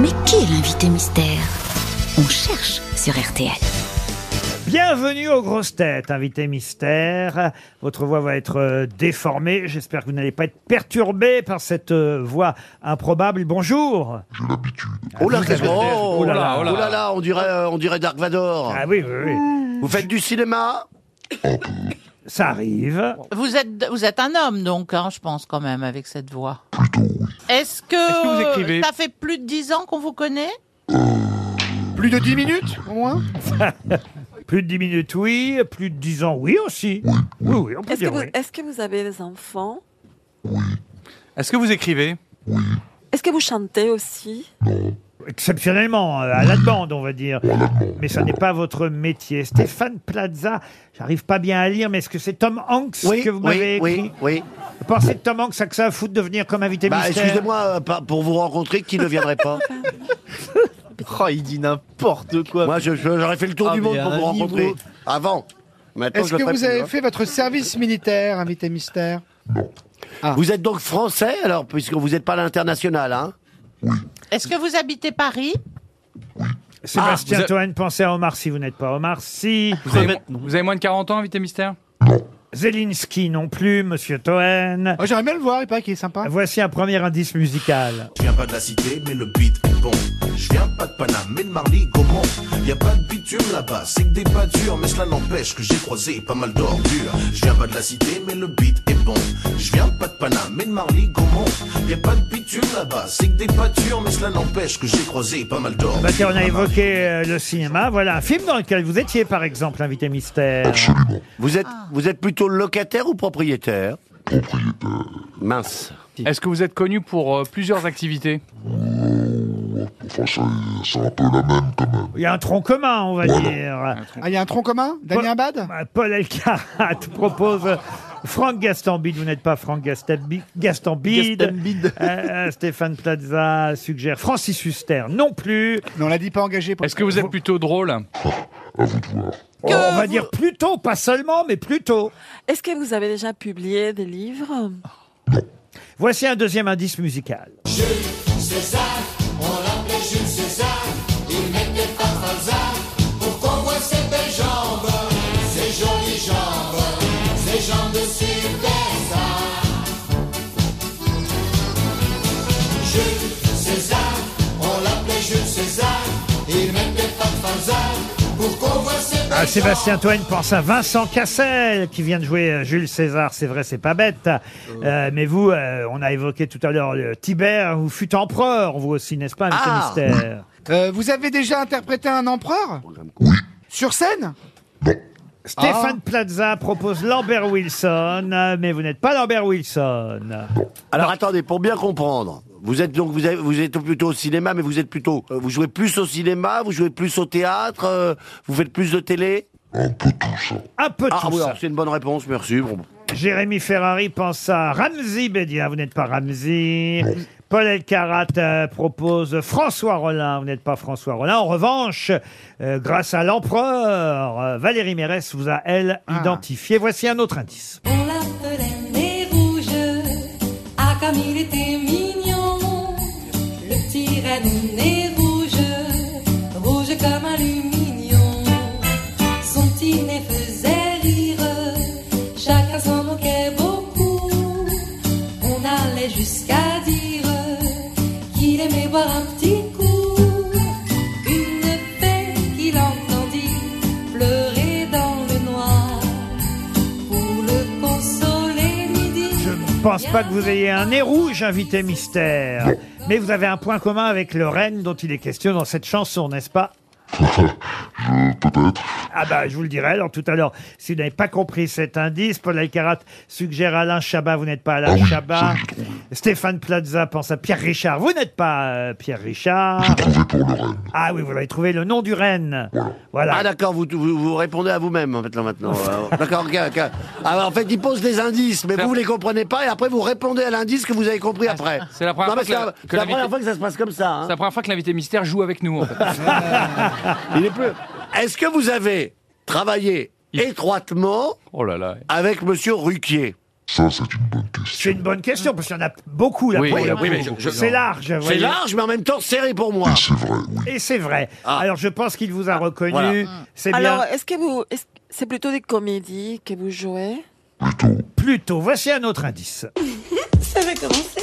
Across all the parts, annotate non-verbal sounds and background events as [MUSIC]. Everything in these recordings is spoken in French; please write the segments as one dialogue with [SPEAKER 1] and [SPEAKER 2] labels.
[SPEAKER 1] Mais qui est l'invité mystère On cherche sur RTL.
[SPEAKER 2] Bienvenue aux grosses têtes, invité mystère. Votre voix va être euh, déformée. J'espère que vous n'allez pas être perturbé par cette euh, voix improbable. Bonjour.
[SPEAKER 3] Oh là,
[SPEAKER 2] vous
[SPEAKER 3] qu'est-ce que-
[SPEAKER 2] avez-
[SPEAKER 3] oh,
[SPEAKER 2] oh là là,
[SPEAKER 3] là, oh là là, on dirait, euh, on dirait Dark Vador.
[SPEAKER 2] Ah oui, oui, oui.
[SPEAKER 3] Vous faites du cinéma
[SPEAKER 2] Ça arrive.
[SPEAKER 4] Vous êtes, vous êtes un homme, donc, hein, je pense, quand même, avec cette voix. Est-ce que,
[SPEAKER 5] vous écrivez
[SPEAKER 4] ça fait plus de dix ans qu'on vous connaît
[SPEAKER 3] Plus de 10 minutes, au moins
[SPEAKER 2] Plus de 10 minutes, oui. Plus de 10 ans, oui aussi. Oui, oui, on peut
[SPEAKER 6] Est-ce que,
[SPEAKER 2] dire
[SPEAKER 6] vous-
[SPEAKER 2] oui.
[SPEAKER 6] est-ce que vous avez des enfants
[SPEAKER 5] Est-ce que vous écrivez
[SPEAKER 6] Est-ce que vous chantez aussi
[SPEAKER 2] Exceptionnellement, euh, à la demande, on va dire. Mais ça n'est pas votre métier. Stéphane Plaza, j'arrive pas bien à lire, mais est-ce que c'est Tom Hanks
[SPEAKER 3] Oui,
[SPEAKER 2] que vous
[SPEAKER 3] oui,
[SPEAKER 2] m'avez écrit
[SPEAKER 3] oui, oui.
[SPEAKER 2] Vous Pensez que Tom Hanks a que ça à foutre de venir comme invité
[SPEAKER 3] Bah,
[SPEAKER 2] mystère
[SPEAKER 3] excusez-moi, euh, pas- pour vous rencontrer, qui ne viendrait pas
[SPEAKER 7] Oh, il dit n'importe quoi.
[SPEAKER 3] Moi, je- je- j'aurais fait le tour
[SPEAKER 7] Ah,
[SPEAKER 3] du monde
[SPEAKER 7] mais
[SPEAKER 3] pour
[SPEAKER 7] à
[SPEAKER 3] vous
[SPEAKER 7] un
[SPEAKER 3] rencontrer.
[SPEAKER 7] niveau-
[SPEAKER 3] Avant. Maintenant, je
[SPEAKER 8] Est-ce
[SPEAKER 3] le
[SPEAKER 8] que
[SPEAKER 3] ferai
[SPEAKER 8] vous
[SPEAKER 3] plus,
[SPEAKER 8] avez
[SPEAKER 3] hein.
[SPEAKER 8] fait votre service militaire, invité mystère Ah.
[SPEAKER 3] Vous êtes donc français, alors, puisque vous n'êtes pas à l'international, hein
[SPEAKER 4] Est-ce que vous habitez Paris
[SPEAKER 2] Sébastien
[SPEAKER 5] Ah, vous a-
[SPEAKER 2] Toen, pensez à Omar Sy, vous n'êtes pas Omar
[SPEAKER 8] Ah,
[SPEAKER 2] Sy.
[SPEAKER 5] vous avez, vous avez moins de 40 ans, invité mystère
[SPEAKER 2] Zelinski non plus, monsieur Toen.
[SPEAKER 8] oh, J'aimerais bien le voir, il paraît qu'il est sympa.
[SPEAKER 2] Voici un premier indice musical.
[SPEAKER 9] Je viens pas de la cité, mais le beat est bon. Je viens pas de Paname, mais de Marly, comment Y a pas de bitume là-bas, c'est que des pas durs, mais cela n'empêche que j'ai croisé pas mal d'ordures. Je viens pas de la cité, mais le beat est bon. Je viens pas de Paname, mais de Marly, comment Y a pas de bitume là-bas, c'est que des pas durs, mais cela n'empêche que j'ai croisé pas mal d'ordures.
[SPEAKER 2] Bah, tiens,
[SPEAKER 8] Ah,
[SPEAKER 2] on a évoqué euh, le cinéma. Voilà un film dans lequel vous étiez, par exemple, invité mystère.
[SPEAKER 3] vous êtes,
[SPEAKER 8] Ah.
[SPEAKER 3] vous êtes plutôt locataire ou propriétaire Propriétaire. Mince.
[SPEAKER 5] Est-ce que vous êtes connu pour euh, plusieurs activités
[SPEAKER 2] Il y a un tronc commun, on va dire.
[SPEAKER 8] Ah, il y a un tronc commun Damien Abad
[SPEAKER 2] Euh, Paul Elkarat [LAUGHS] propose euh, Franck Gastambide. Vous n'êtes pas Franck Gastambi- Gastambide.
[SPEAKER 7] Gastambide.
[SPEAKER 2] Euh, euh, Stéphane Plaza suggère Francis Huster non plus.
[SPEAKER 8] Non, on l'a dit pas engagé. pour-
[SPEAKER 5] Est-ce que vous êtes plutôt drôle
[SPEAKER 2] Oh, on va dire plutôt, pas seulement, mais plutôt.
[SPEAKER 6] Est-ce que vous avez déjà publié des livres
[SPEAKER 2] Eh Voici un deuxième indice musical. Ah, Sébastien Toine pense à Vincent Cassel qui vient de jouer euh, Jules César. C'est vrai, c'est pas bête. Euh, mais vous, euh, on a évoqué tout à l'heure le Tibère, vous fûtes empereur, vous aussi, n'est-ce pas, Invité
[SPEAKER 3] Ah.
[SPEAKER 2] Mystère
[SPEAKER 8] Euh, Vous avez déjà interprété un empereur Sur scène
[SPEAKER 2] Stéphane Plaza propose Lambert Wilson, euh, mais vous n'êtes pas Lambert Wilson.
[SPEAKER 3] Alors attendez, pour bien comprendre, vous êtes donc vous, avez- vous êtes plutôt au cinéma, mais vous êtes plutôt euh, vous jouez plus au cinéma, vous jouez plus au théâtre, euh, vous faites plus de télé.
[SPEAKER 2] Un peu
[SPEAKER 3] Ah
[SPEAKER 2] tout
[SPEAKER 3] oui,
[SPEAKER 2] ça.
[SPEAKER 3] alors, c'est une bonne réponse, merci. Bon.
[SPEAKER 2] Jérémy Ferrari pense à Ramzi Bédia, vous n'êtes pas Ramzi. Paul Elkarat euh, propose François Rollin, vous n'êtes pas François Rollin. En revanche, euh, grâce à l'empereur, euh, Valérie Mérès vous a, elle,
[SPEAKER 8] Ah.
[SPEAKER 2] identifié. Voici un autre indice.
[SPEAKER 10] On l'appelait Nez Rouge, ah comme il était mignon, le petit reine au Nez Rouge, rouge comme aluminium. Son petit nez faisait rire, chacun s'en moquait beaucoup. On allait jusqu'à dire qu'il aimait boire un petit coup. Une fée qu'il entendit pleurer dans le noir. Pour le consoler, lui dit
[SPEAKER 2] Je ne pense pas que vous ayez un nez rouge, invité mystère. Mais vous avez un point commun avec le renne dont il est question dans cette chanson, n'est-ce [LAUGHS] pas Ah bah je vous le dirai alors tout à l'heure. Si vous n'avez pas compris cet indice, Paul Alcarat suggère Alain Chabat, vous n'êtes pas Alain Chabat. Stéphane Plaza pense à Pierre Richard, vous n'êtes pas euh, Pierre Richard. Ah oui, vous avez trouvé le nom du renne. Voilà.
[SPEAKER 3] Ah d'accord, vous, vous vous répondez à vous-même en fait là
[SPEAKER 5] [LAUGHS]
[SPEAKER 3] maintenant. Euh, d'accord, ok, ok. Alors en fait, il pose des indices, mais vous vous les comprenez pas et après vous répondez à l'indice que vous avez compris après.
[SPEAKER 5] Ah, c'est la première
[SPEAKER 3] Non, mais
[SPEAKER 5] fois
[SPEAKER 3] c'est
[SPEAKER 5] que la-
[SPEAKER 3] la-
[SPEAKER 5] que
[SPEAKER 3] c'est la
[SPEAKER 5] l'invité-
[SPEAKER 3] première fois que ça se passe comme ça. hein.
[SPEAKER 5] C'est la première fois que l'invité mystère joue avec nous. En fait.
[SPEAKER 3] Il est plus. Est-ce que vous avez travaillé étroitement
[SPEAKER 5] [LAUGHS] Oh là là.
[SPEAKER 3] avec Monsieur Ruquier
[SPEAKER 11] Ça, c'est une bonne question.
[SPEAKER 2] C'est une bonne question, parce qu'il y en a beaucoup là
[SPEAKER 11] Oui,
[SPEAKER 2] pour le
[SPEAKER 11] oui,
[SPEAKER 2] coup.
[SPEAKER 11] mais je- je-
[SPEAKER 2] C'est large.
[SPEAKER 11] C'est large,
[SPEAKER 2] mais en même temps serré pour moi.
[SPEAKER 11] C'est vrai.
[SPEAKER 2] Et c'est vrai.
[SPEAKER 3] Ah.
[SPEAKER 2] Alors je pense qu'il vous a reconnu.
[SPEAKER 6] Voilà.
[SPEAKER 2] C'est bien.
[SPEAKER 6] Alors, euh, est-ce que vous. est-ce- C'est plutôt des comédies que vous jouez
[SPEAKER 2] Plutôt. Voici un autre indice.
[SPEAKER 10] Ça va commencer.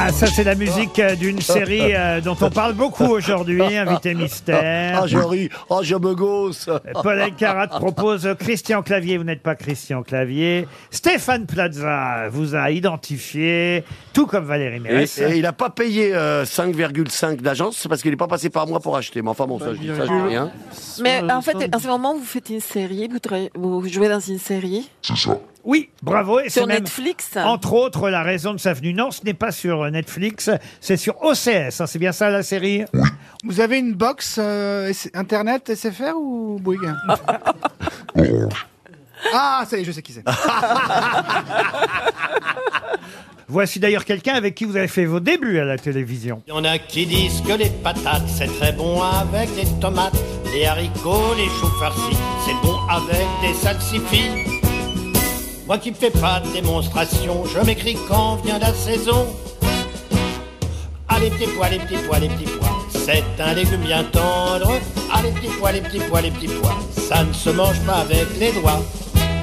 [SPEAKER 2] Ah, ça, c'est la musique euh, d'une série euh, dont on parle beaucoup aujourd'hui, Invité Mystère.
[SPEAKER 3] Ah, je ris. Oh, je me gosse.
[SPEAKER 2] Paul Elkarat propose Christian Clavier. Vous n'êtes pas Christian Clavier. Stéphane Plaza vous a identifié, tout comme Valérie
[SPEAKER 3] Et,
[SPEAKER 2] Mérès.
[SPEAKER 3] et il n'a pas payé euh, 5,5 d'agence, c'est parce qu'il n'est pas passé par moi pour acheter. Mais enfin bon, ça, je dis ça, je dis rien.
[SPEAKER 2] Euh,
[SPEAKER 6] Mais en fait, en ce moment, vous faites une série, vous, tra- vous jouez dans une série.
[SPEAKER 2] Oui, bravo. Et
[SPEAKER 6] Sur
[SPEAKER 2] c'est même,
[SPEAKER 6] Netflix hein.
[SPEAKER 2] Entre autres, la raison de sa venue. Non, ce n'est pas sur euh, Netflix, c'est sur OCS. hein, c'est bien ça la série
[SPEAKER 8] Vous avez une box euh, S- internet SFR ou Bouygues Ah, ça y est, je sais qui c'est.
[SPEAKER 2] Voici d'ailleurs quelqu'un avec qui vous avez fait vos débuts à la télévision.
[SPEAKER 12] Il y en a qui disent que les patates, c'est très bon avec des tomates, les haricots, les choux farcis, c'est bon avec des salsifis. Moi qui fais pas de démonstration, je m'écris quand vient la saison. Ah les petits pois, les petits pois, les petits pois, c'est un légume bien tendre. Ah les petits pois, les petits pois, les petits pois, ça ne se mange pas avec les doigts.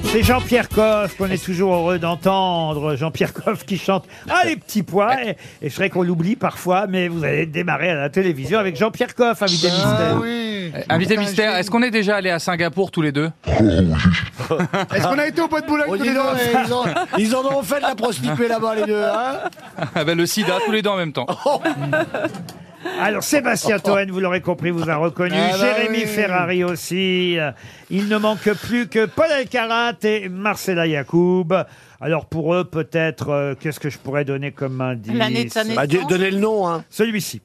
[SPEAKER 2] C'est Jean-Pierre Coff qu'on est toujours heureux d'entendre. Jean-Pierre Coff qui chante Ah les petits pois. Et, et c'est vrai qu'on l'oublie parfois, mais vous allez démarrer à la télévision avec Jean-Pierre Coff, invité
[SPEAKER 10] Ah
[SPEAKER 2] mystère.
[SPEAKER 5] Euh, Invité mystère, est-ce qu'on est déjà allé à Singapour tous les deux [LAUGHS]
[SPEAKER 8] Est-ce qu'on a été au pot de Boulogne
[SPEAKER 3] Oh,
[SPEAKER 8] tous
[SPEAKER 3] dis
[SPEAKER 8] les deux
[SPEAKER 3] donc, ils, en, ils en ont fait de la prostituée là-bas, les deux. Hein
[SPEAKER 10] [LAUGHS]
[SPEAKER 5] Ah ben, Le sida, tous les deux en même temps.
[SPEAKER 2] Alors Sébastien Toen, vous l'aurez compris, vous a reconnu.
[SPEAKER 5] Ah bah
[SPEAKER 2] Jérémy
[SPEAKER 5] oui.
[SPEAKER 2] Ferrari aussi. Euh, Il ne manque plus que Paul Alcarat et Marcella Yacoub. Alors pour eux, peut-être, euh, qu'est-ce que je pourrais donner comme indice
[SPEAKER 4] L'année de sa Bah, naissance
[SPEAKER 2] Donnez le nom.
[SPEAKER 3] hein.
[SPEAKER 2] Celui-ci.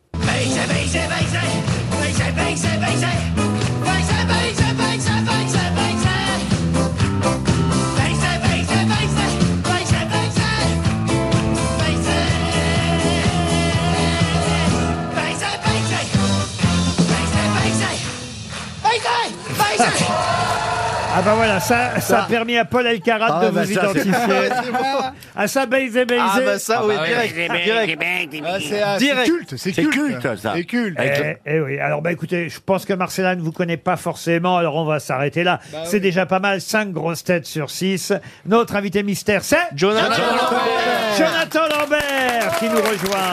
[SPEAKER 2] Ah bah voilà, ça, ça,
[SPEAKER 10] Ça.
[SPEAKER 2] a permis à Paul Alcarat
[SPEAKER 10] Ah
[SPEAKER 2] de
[SPEAKER 10] bah
[SPEAKER 2] vous
[SPEAKER 10] ça, c'est-
[SPEAKER 2] identifier.
[SPEAKER 10] [LAUGHS] C'est bon.
[SPEAKER 2] à ça, baisez, baisez.
[SPEAKER 10] Ah bah ça, oui,
[SPEAKER 8] direct, direct. Ah, c'est- ah, c'est
[SPEAKER 2] Direct.
[SPEAKER 8] culte, c'est C'est culte. culte, ça. C'est culte. Avec
[SPEAKER 2] Eh, eh oui. Alors, bah, écoutez, je pense que Marcella ne vous connaît pas forcément, alors on va s'arrêter là. c'est déjà pas mal. Cinq grosses têtes sur six. Notre invité mystère, c'est
[SPEAKER 10] Jonathan Lambert.
[SPEAKER 2] Jonathan Lambert qui nous rejoint.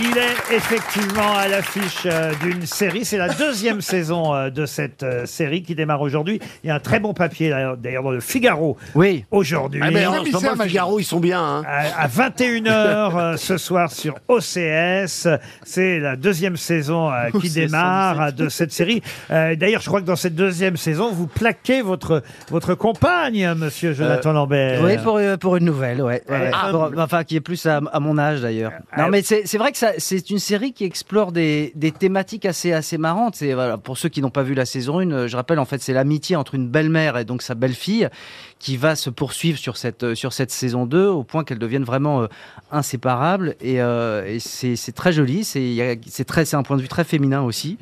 [SPEAKER 2] Il est effectivement à l'affiche euh, d'une série. C'est la deuxième [LAUGHS] saison euh, de cette euh, série qui démarre aujourd'hui. Il y a un très bon papier, là, d'ailleurs, dans le Figaro. Oui. Aujourd'hui.
[SPEAKER 3] Ah, mais en ce moment, le Figaro, ils sont bien.
[SPEAKER 8] [LAUGHS]
[SPEAKER 3] Hein.
[SPEAKER 2] À 21h euh, ce soir sur OCS. C'est la deuxième saison euh, qui
[SPEAKER 3] OCS,
[SPEAKER 2] démarre euh, de cette série. Euh, D'ailleurs, je crois que dans cette deuxième saison, vous plaquez votre, votre compagne, hein, monsieur Jonathan Lambert.
[SPEAKER 13] Oui, pour, euh, pour une nouvelle, ouais. ouais, ouais.
[SPEAKER 2] Ah.
[SPEAKER 13] Pour- enfin, qui est plus à, à mon âge d'ailleurs. Non, mais c'est c'est vrai que ça- c'est une série qui explore des, des thématiques assez, assez marrantes. Et voilà, pour ceux qui n'ont pas vu la saison 1, je rappelle, en fait, c'est l'amitié entre une belle-mère et donc sa belle-fille qui va se poursuivre sur cette, euh, sur cette saison 2 au point qu'elles deviennent vraiment euh, inséparables. Et, euh, et c'est c'est très joli, c'est il y a- c'est très- c'est un point de vue très féminin aussi.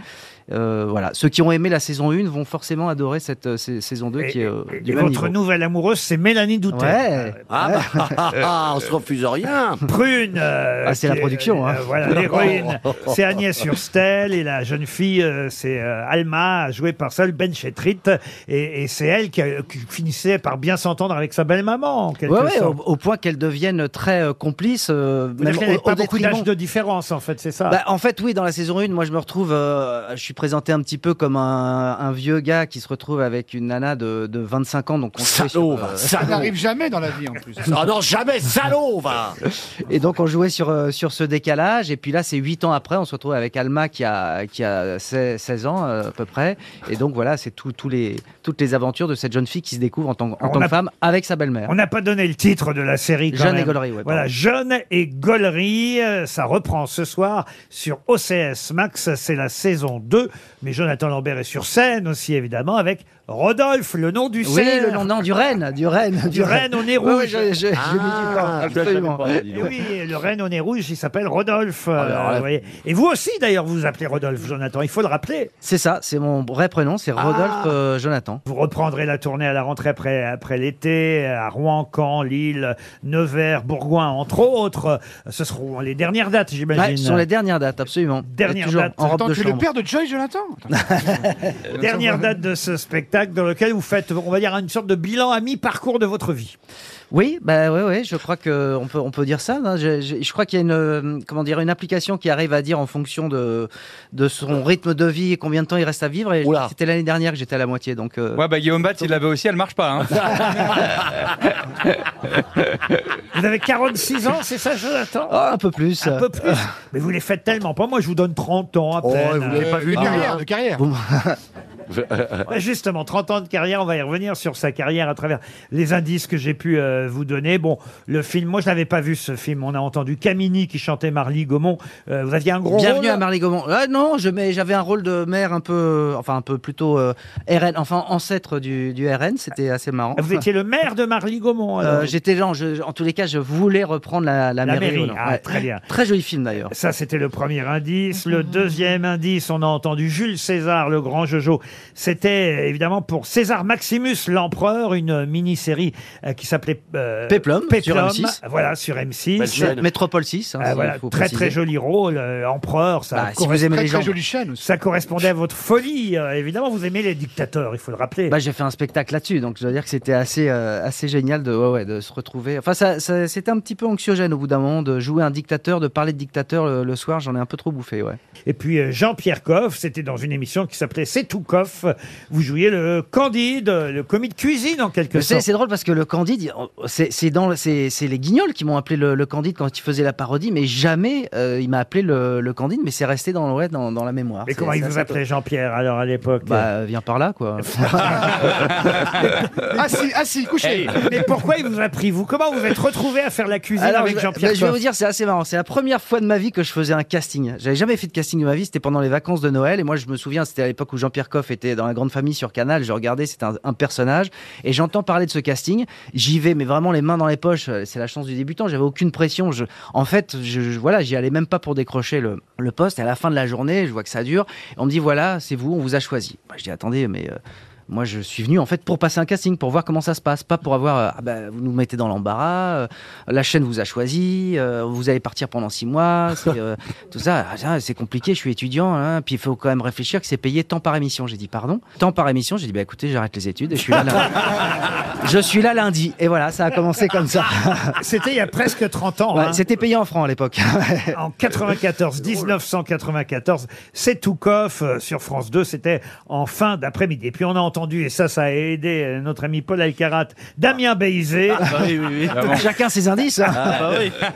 [SPEAKER 13] Euh, voilà, ceux qui ont aimé la saison 1 vont forcément adorer cette euh, sa- saison 2 qui est euh,
[SPEAKER 2] Et euh,
[SPEAKER 13] du même
[SPEAKER 2] votre
[SPEAKER 13] niveau.
[SPEAKER 2] nouvelle amoureuse, c'est Mélanie Doutet.
[SPEAKER 13] Ouais.
[SPEAKER 3] Ah, bah, on se refuse rien.
[SPEAKER 2] Prune. euh,
[SPEAKER 13] Ah, c'est la
[SPEAKER 2] qui est-
[SPEAKER 13] production, hein. Oh.
[SPEAKER 2] voilà,
[SPEAKER 13] [LAUGHS]
[SPEAKER 2] l'héroïne, c'est Agnès Urstel et la jeune fille, euh, c'est euh, Alma, jouée par Sol Benchetrit. Et, et c'est elle qui, a- qui finissait par bien s'entendre avec sa belle-maman, en quelque
[SPEAKER 13] Ouais, ouais, au,
[SPEAKER 2] sorte.
[SPEAKER 13] au point qu'elles deviennent très euh, complices. euh,
[SPEAKER 2] Vous dire
[SPEAKER 13] même
[SPEAKER 2] qu'il n'y
[SPEAKER 13] au-
[SPEAKER 2] avait pas
[SPEAKER 13] au
[SPEAKER 2] beaucoup
[SPEAKER 13] détriment-
[SPEAKER 2] d'âge de différence, en fait, c'est ça
[SPEAKER 13] Bah, en fait, oui, dans la saison 1, moi, je me retrouve. euh, je suis présenté un petit peu comme un, un vieux gars qui se retrouve avec une nana de, de 25 ans. Donc on
[SPEAKER 3] Salaud,
[SPEAKER 13] jouait sur, euh,
[SPEAKER 3] va,
[SPEAKER 5] Ah
[SPEAKER 8] Ça
[SPEAKER 3] salaud.
[SPEAKER 8] n'arrive jamais dans la vie en plus.
[SPEAKER 3] Ah non, jamais, salaud, va
[SPEAKER 13] Et donc, on jouait sur, euh, sur ce décalage. Et puis là, c'est 8 ans après, on se retrouve avec Alma qui a, qui a 16, 16 ans euh, à peu près. Et donc, voilà, c'est tout, tous les, toutes les aventures de cette jeune fille qui se découvre en tant, en
[SPEAKER 2] On
[SPEAKER 13] tant
[SPEAKER 2] a-
[SPEAKER 13] que femme avec sa belle-mère.
[SPEAKER 2] On n'a pas donné le titre de la série. Quand
[SPEAKER 13] Jeune et
[SPEAKER 2] même.
[SPEAKER 13] Gollery, ouais,
[SPEAKER 2] Voilà,
[SPEAKER 13] pardon.
[SPEAKER 2] Jeune et Gollery, euh, ça reprend ce soir sur OCS Max, c'est la saison 2. Mais Jonathan Lambert est sur scène aussi, évidemment, avec Rodolphe, le nom du
[SPEAKER 13] Oui,
[SPEAKER 2] cerf.
[SPEAKER 13] le nom- non, du renne, du renne,
[SPEAKER 2] Du renne au nez
[SPEAKER 13] Ouais, ouais,
[SPEAKER 2] rouge.
[SPEAKER 13] j'ai- j'ai- j'ai mis du temps,
[SPEAKER 2] Ah,
[SPEAKER 13] absolument.
[SPEAKER 2] je le savais pas, dis donc. Eh oui, le renne au nez rouge, il s'appelle Rodolphe. euh,
[SPEAKER 13] Alors Oh là-
[SPEAKER 2] vous voyez. Et vous aussi, d'ailleurs, vous vous appelez Rodolphe, Jonathan. Il faut le rappeler.
[SPEAKER 13] C'est ça, c'est mon vrai prénom, c'est
[SPEAKER 2] Ah.
[SPEAKER 13] Rodolphe euh, Jonathan.
[SPEAKER 2] Vous reprendrez la tournée à la rentrée après, après l'été, euh, à Rouen, Caen, Lille, Nevers, Bourgoin, entre autres. Euh, Ce seront les dernières dates, j'imagine.
[SPEAKER 13] Ouais, ce sont les dernières dates, absolument.
[SPEAKER 2] euh, Dernière
[SPEAKER 13] Et toujours
[SPEAKER 2] date.
[SPEAKER 13] En robe
[SPEAKER 2] Attends,
[SPEAKER 13] de
[SPEAKER 2] tu le
[SPEAKER 13] chambre.
[SPEAKER 8] Père de Joy, Jonathan
[SPEAKER 2] Dernière date Euh, de ce spectacle dans lequel vous faites, on va dire, une sorte de bilan à mi-parcours de votre vie.
[SPEAKER 13] Oui, bah ouais, ouais, je crois que on peut on peut dire ça. hein. Je, je- je crois qu'il y a une euh, comment dire une application qui arrive à dire en fonction de de son rythme de vie et combien de temps il reste à vivre. Et c'était l'année dernière que j'étais à la moitié, donc. euh,
[SPEAKER 5] [LAUGHS] Ouais, bah Guillaume Bat, il l'avait aussi, elle marche pas. hein.
[SPEAKER 2] Vous avez 46 ans, c'est ça, Jonathan
[SPEAKER 13] Ah, un peu plus.
[SPEAKER 2] Un peu plus. Mais vous les faites tellement pas. Moi, je vous donne 30 ans à
[SPEAKER 13] Euh. Oh,
[SPEAKER 2] peine.
[SPEAKER 13] vous l'avez pas vu,
[SPEAKER 8] De carrière, de carrière.
[SPEAKER 2] Ouais, Bah, Justement, 30 ans de carrière, on va y revenir sur sa carrière à travers les indices que j'ai pu euh, vous donner. Bon, le film, moi je l'avais pas vu ce film, on a entendu Camini qui chantait Marly Gaumont. Euh, vous aviez un gros
[SPEAKER 13] Bienvenue à
[SPEAKER 2] rôle
[SPEAKER 13] Marley Gaumont. Ah non, je mets- j'avais un rôle de maire un peu, enfin un peu plutôt euh, RN, enfin ancêtre du, du RN. C'était assez marrant.
[SPEAKER 2] hein Ah, Vous étiez le maire de Marly Gaumont. alors.
[SPEAKER 13] Euh, J'étais genre, je- en tous les cas, je voulais reprendre la, la
[SPEAKER 2] La
[SPEAKER 13] mairie.
[SPEAKER 2] mairie,
[SPEAKER 13] voilà.
[SPEAKER 2] ah, très bien.
[SPEAKER 13] Très joli film d'ailleurs.
[SPEAKER 2] Ça, c'était le premier indice.
[SPEAKER 13] Mhm.
[SPEAKER 2] Le deuxième indice, on a entendu Jules César, le grand Jojo. C'était euh, évidemment pour César Maximus, l'empereur, une euh, mini-série euh, qui s'appelait euh,
[SPEAKER 13] Péplum, sur M6.
[SPEAKER 2] Voilà, sur
[SPEAKER 13] Belle
[SPEAKER 2] M6.
[SPEAKER 13] chaîne. Métropole 6, hein,
[SPEAKER 2] Ah,
[SPEAKER 13] il
[SPEAKER 2] voilà,
[SPEAKER 13] faut
[SPEAKER 2] très
[SPEAKER 13] préciser.
[SPEAKER 2] très joli rôle, euh, empereur. Ça
[SPEAKER 13] Bah, si vous
[SPEAKER 2] correspond-
[SPEAKER 13] aimez les gens.
[SPEAKER 2] Ça correspondait à votre folie. euh, évidemment, vous aimez les dictateurs, il faut le rappeler.
[SPEAKER 13] Bah, j'ai fait un spectacle là-dessus, donc je dois dire que c'était assez, euh, assez génial de, ouais, ouais, de se retrouver. Enfin, ça, ça- c'était un petit peu anxiogène au bout d'un moment de jouer un dictateur, de parler de dictateur le, le soir, j'en ai un peu trop bouffé, ouais.
[SPEAKER 2] Et puis euh, Jean-Pierre Coff, c'était dans une émission qui s'appelait C'est tout Coff. Vous jouiez le Candide, euh, le commis de cuisine en quelque
[SPEAKER 13] Mais C'est
[SPEAKER 2] sorte.
[SPEAKER 13] c'est drôle parce que le Candide, oh, c'est c'est dans le- c'est c'est les Guignols qui m'ont appelé le, le Candide quand il faisait la parodie, mais jamais euh, il m'a appelé le, le Candide, mais c'est resté dans, ouais, dans, dans la mémoire.
[SPEAKER 2] Mais
[SPEAKER 13] C'est-
[SPEAKER 2] comment il
[SPEAKER 13] c'est
[SPEAKER 2] vous
[SPEAKER 13] assez
[SPEAKER 2] appelait Jean-Pierre alors à l'époque
[SPEAKER 13] Bah, viens par là, quoi.
[SPEAKER 2] Ah si, ah si,
[SPEAKER 5] Eh.
[SPEAKER 8] [LAUGHS]
[SPEAKER 2] couchez. Mais pourquoi il vous a pris vous Comment vous êtes retrouvé à faire la cuisine
[SPEAKER 13] Alors,
[SPEAKER 2] avec
[SPEAKER 13] je-
[SPEAKER 2] Jean-Pierre
[SPEAKER 13] bah, Je vais
[SPEAKER 2] Coff
[SPEAKER 13] vous dire, c'est assez marrant. C'est la première fois de ma vie que je faisais un casting. J'avais jamais fait de casting de ma vie. C'était pendant les vacances de Noël. Et moi, je me souviens, c'était à l'époque où Jean-Pierre Coff était dans la grande famille sur Canal. Je regardais, c'était un, un personnage. Et j'entends parler de ce casting. J'y vais, mais vraiment les mains dans les poches. Euh, C'est la chance du débutant. J'avais aucune pression. Je, en fait, je, je- voilà, j'y allais même pas pour décrocher le, le poste. Et à la fin de la journée, je vois que ça dure. On me dit, voilà, c'est vous, on vous a choisi. Bah, je dis, attendez, mais. euh, moi, je suis venu en fait pour passer un casting, pour voir comment ça se passe, pas pour avoir. euh, ah bah, vous nous mettez dans l'embarras. euh, la chaîne vous a choisi. euh, vous allez partir pendant six mois.
[SPEAKER 2] [LAUGHS]
[SPEAKER 13] c'est, euh, tout ça, ah, ça, c'est compliqué. Je suis étudiant. hein, puis il faut quand même réfléchir que c'est payé tant par émission. J'ai dit pardon. Tant par émission. J'ai dit bah écoutez, j'arrête les études et je suis
[SPEAKER 2] [LAUGHS]
[SPEAKER 13] là. là- je suis là lundi. Et voilà, ça a commencé comme ça.
[SPEAKER 2] C'était il y a presque 30 ans.
[SPEAKER 13] Ouais,
[SPEAKER 2] hein.
[SPEAKER 13] C'était payé en francs à l'époque.
[SPEAKER 2] en 94, 1994, c'est Toukoff euh, sur France 2, c'était en fin d'après-midi. Et puis on a entendu, et ça, ça a aidé euh, notre ami Paul Alcarat, Damien Béizé.
[SPEAKER 13] Ah.
[SPEAKER 2] Ah
[SPEAKER 13] [LAUGHS] Chacun ses indices. hein.
[SPEAKER 8] Ah, bah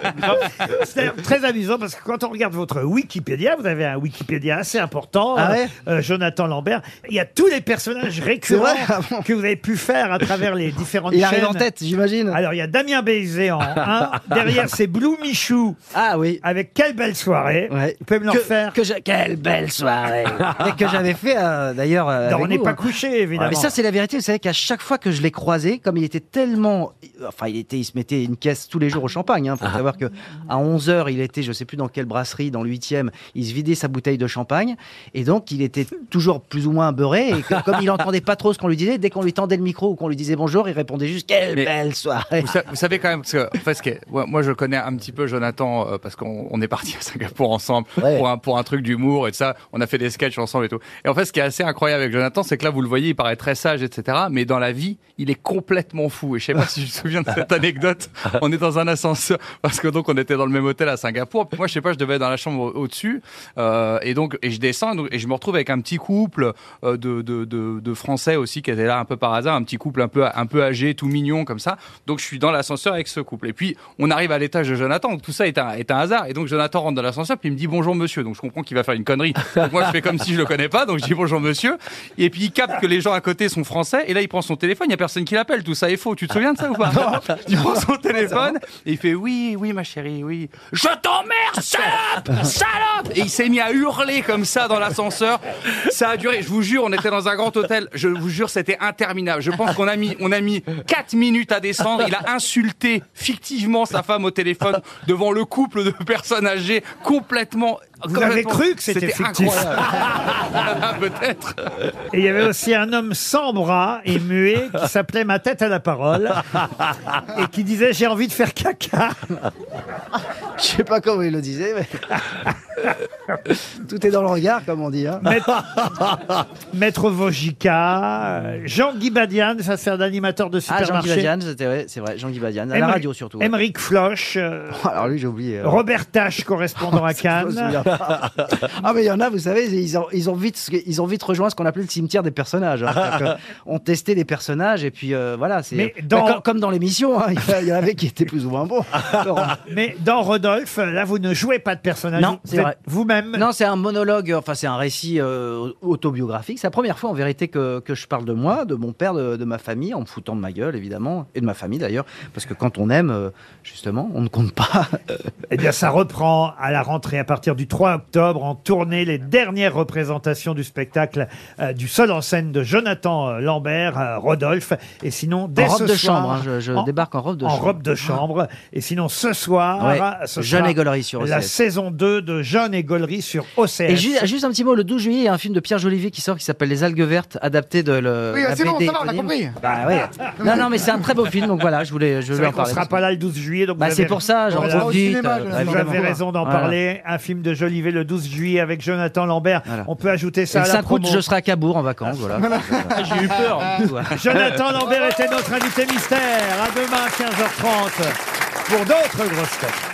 [SPEAKER 2] C'est d'ailleurs très amusant parce que quand on regarde votre Wikipédia, vous avez un Wikipédia assez important,
[SPEAKER 13] Ah ouais
[SPEAKER 2] euh, Jonathan Lambert, il y a tous les personnages récurrents
[SPEAKER 13] vrai Ah
[SPEAKER 2] que vous avez pu faire à travers
[SPEAKER 13] [LAUGHS]
[SPEAKER 2] les différentes
[SPEAKER 13] Il
[SPEAKER 2] chaînes.
[SPEAKER 13] arrive en tête, j'imagine.
[SPEAKER 2] Alors, il y a Damien Béizé
[SPEAKER 13] [LAUGHS]
[SPEAKER 2] en 1. Derrière, c'est Blue Michou.
[SPEAKER 13] Ah oui.
[SPEAKER 2] Avec Quelle belle soirée.
[SPEAKER 13] Ouais.
[SPEAKER 2] Vous pouvez me le
[SPEAKER 13] Que-
[SPEAKER 2] refaire
[SPEAKER 13] que je- Quelle belle
[SPEAKER 2] [LAUGHS]
[SPEAKER 13] soirée Et que j'avais fait euh, d'ailleurs. euh,
[SPEAKER 2] Non,
[SPEAKER 13] avec
[SPEAKER 2] on n'est
[SPEAKER 13] vous,
[SPEAKER 2] pas
[SPEAKER 13] hein.
[SPEAKER 2] couché, évidemment.
[SPEAKER 13] Mais ça, c'est la vérité. Vous savez qu'à chaque fois que je l'ai croisé, comme il était tellement. Enfin, il, était, il se mettait une caisse tous les jours au champagne. Il faut savoir que à 11h, il était, je sais plus dans quelle brasserie, dans le 8e, il se vidait sa bouteille de champagne. Et donc, il était toujours plus ou moins beurré. Et que- comme il entendait pas trop ce qu'on lui disait, dès qu'on lui tendait le micro ou qu'on lui disait bonjour, il répondait juste Quelle
[SPEAKER 5] Mais-
[SPEAKER 13] belle soirée
[SPEAKER 5] Vous, sa- vous savez quand même, parce que, en fait, ce qui est- ouais, moi je connais un petit peu Jonathan, euh, parce qu'on on est parti à Singapour ensemble
[SPEAKER 13] Ouais.
[SPEAKER 5] pour, un, pour un truc d'humour et tout ça, on a fait des sketchs ensemble et tout. Et en fait, ce qui est assez incroyable avec Jonathan, c'est que là, vous le voyez, il paraît très sage, etc. Mais dans la vie, il est complètement fou. Et je sais pas si je me souviens de cette anecdote, on est dans un ascenseur, parce que donc on était dans le même hôtel à Singapour. Moi, je sais pas, je devais être dans la chambre au- au-dessus. euh, et donc, et je descends, et donc- et je me retrouve avec un petit couple euh, de, de, de, de Français aussi qui étaient là un peu par hasard, un petit couple un peu, un peu âgé, tout mignon comme ça. Donc je suis dans l'ascenseur avec ce couple. Et puis on arrive à l'étage de Jonathan, donc tout ça est un, est un hasard. Et donc Jonathan rentre dans l'ascenseur, puis il me dit bonjour monsieur. Donc je comprends qu'il va faire une connerie. Donc, moi je fais comme si je le connais pas, donc je dis bonjour monsieur. Et puis il capte que les gens à côté sont français, et là il prend son téléphone, il n'y a personne qui l'appelle, tout ça est faux. Tu te souviens de ça
[SPEAKER 2] [LAUGHS]
[SPEAKER 5] ou pas Il prend son téléphone et il fait oui, oui ma chérie, oui. Je t'emmerde,
[SPEAKER 2] [LAUGHS]
[SPEAKER 5] salope, salope Et il s'est mis à hurler comme ça dans l'ascenseur. Ça a duré, je vous jure, on était dans un grand hôtel, je vous jure, c'était interminable. Je pense qu'on a mis, on a mis 4 minutes à descendre, il a insulté fictivement sa femme au téléphone devant le couple de personnes âgées complètement...
[SPEAKER 2] Vous avez
[SPEAKER 5] complètement-
[SPEAKER 2] cru que c'était fictif.
[SPEAKER 5] incroyable. [LAUGHS] Peut-être.
[SPEAKER 2] Et il y avait aussi un homme sans bras et muet qui s'appelait Ma tête à la parole et qui disait J'ai envie de faire caca.
[SPEAKER 11] Je sais pas comment il le disait, mais. Tout est dans le regard, comme on dit. hein.
[SPEAKER 2] Maître, Maître Vogica, euh, Jean-Guy Badian, ça c'est un animateur de
[SPEAKER 13] Ah, Jean-Guy
[SPEAKER 2] supermarché.
[SPEAKER 13] Badian, c'était- ouais, c'est vrai, Jean-Guy Badian, à la
[SPEAKER 2] Émeric-
[SPEAKER 13] radio surtout. ouais.
[SPEAKER 2] Émeric Floch. euh,
[SPEAKER 11] Alors lui, j'ai oublié. alors.
[SPEAKER 2] Robert Tache, correspondant
[SPEAKER 13] [LAUGHS]
[SPEAKER 2] à
[SPEAKER 11] Je me
[SPEAKER 2] Cannes.
[SPEAKER 11] souviens pas. ah mais il y en a, vous savez, ils ont, ils ont vite, ce que- ils ont vite rejoint ce qu'on appelait le cimetière des personnages. hein. C'est-à-dire que on testait des personnages et puis euh, voilà,
[SPEAKER 2] Mais
[SPEAKER 11] c'est
[SPEAKER 2] dans-
[SPEAKER 11] Bah, comme, comme dans l'émission, hein, il y a- il y en avait qui étaient plus ou
[SPEAKER 2] [LAUGHS]
[SPEAKER 11] moins bons. Laurent.
[SPEAKER 2] Mais dans Rodolphe, là, vous ne jouez pas de personnage.
[SPEAKER 13] Non,
[SPEAKER 2] Vous
[SPEAKER 13] c'est
[SPEAKER 2] êtes
[SPEAKER 13] vrai.
[SPEAKER 2] Vous-même
[SPEAKER 13] Non, c'est un monologue, enfin c'est un récit euh, autobiographique. C'est la première fois en vérité que, que je parle de moi, de mon père, de, de ma famille, en me foutant de ma gueule évidemment, et de ma famille d'ailleurs, parce que quand on aime, euh, justement, on ne compte pas.
[SPEAKER 2] Eh bien, ça reprend à la rentrée à partir du 3 octobre en tournée les dernières représentations du spectacle euh, du seul en scène de Jonathan euh, Lambert, euh, Rodolphe. Et sinon, dès
[SPEAKER 13] En robe
[SPEAKER 2] ce
[SPEAKER 13] de
[SPEAKER 2] soir-
[SPEAKER 13] chambre, hein, je- je débarque en robe de chambre.
[SPEAKER 2] robe de chambre. Et sinon, ce soir, euh,
[SPEAKER 13] Ouais,
[SPEAKER 2] ce
[SPEAKER 13] Jeune
[SPEAKER 2] sera
[SPEAKER 13] Égolerie sur
[SPEAKER 2] la
[SPEAKER 13] OCS.
[SPEAKER 2] saison 2 de Jeune Égolerie sur OCS.
[SPEAKER 13] Et ju- juste, un petit mot, le 12 juillet, il y a un film de Pierre Jolivet qui sort qui s'appelle Les algues vertes, adapté de le.
[SPEAKER 2] Oui, bah,
[SPEAKER 13] la
[SPEAKER 2] c'est bon,
[SPEAKER 13] BD
[SPEAKER 2] ça va, on l'a
[SPEAKER 13] éponyme.
[SPEAKER 2] compris. [LAUGHS]
[SPEAKER 13] Bah, ouais. Non, non, mais c'est un très beau film, donc voilà, je voulais, je
[SPEAKER 2] C'est
[SPEAKER 13] voulais
[SPEAKER 2] vrai
[SPEAKER 13] en
[SPEAKER 2] qu'on
[SPEAKER 13] parler.
[SPEAKER 2] sera pas là le 12 juillet, donc
[SPEAKER 13] Bah,
[SPEAKER 2] vous
[SPEAKER 13] c'est
[SPEAKER 2] avez-
[SPEAKER 13] pour ça, j'en
[SPEAKER 2] Voilà.
[SPEAKER 13] profite, euh,
[SPEAKER 2] Vous
[SPEAKER 13] évidemment.
[SPEAKER 2] avez raison d'en
[SPEAKER 13] Voilà.
[SPEAKER 2] parler. Un film de Jolivet le 12 juillet avec Jonathan Lambert. On peut ajouter
[SPEAKER 13] Et
[SPEAKER 2] ça
[SPEAKER 13] le
[SPEAKER 2] à la
[SPEAKER 13] 5 août,
[SPEAKER 2] promo.
[SPEAKER 13] je serai à Cabourg en vacances,
[SPEAKER 2] Ah,
[SPEAKER 13] voilà.
[SPEAKER 2] [LAUGHS] J'ai eu peur. [LAUGHS] Jonathan Lambert était notre invité mystère. À demain, 15h30, pour d'autres grosses têtes.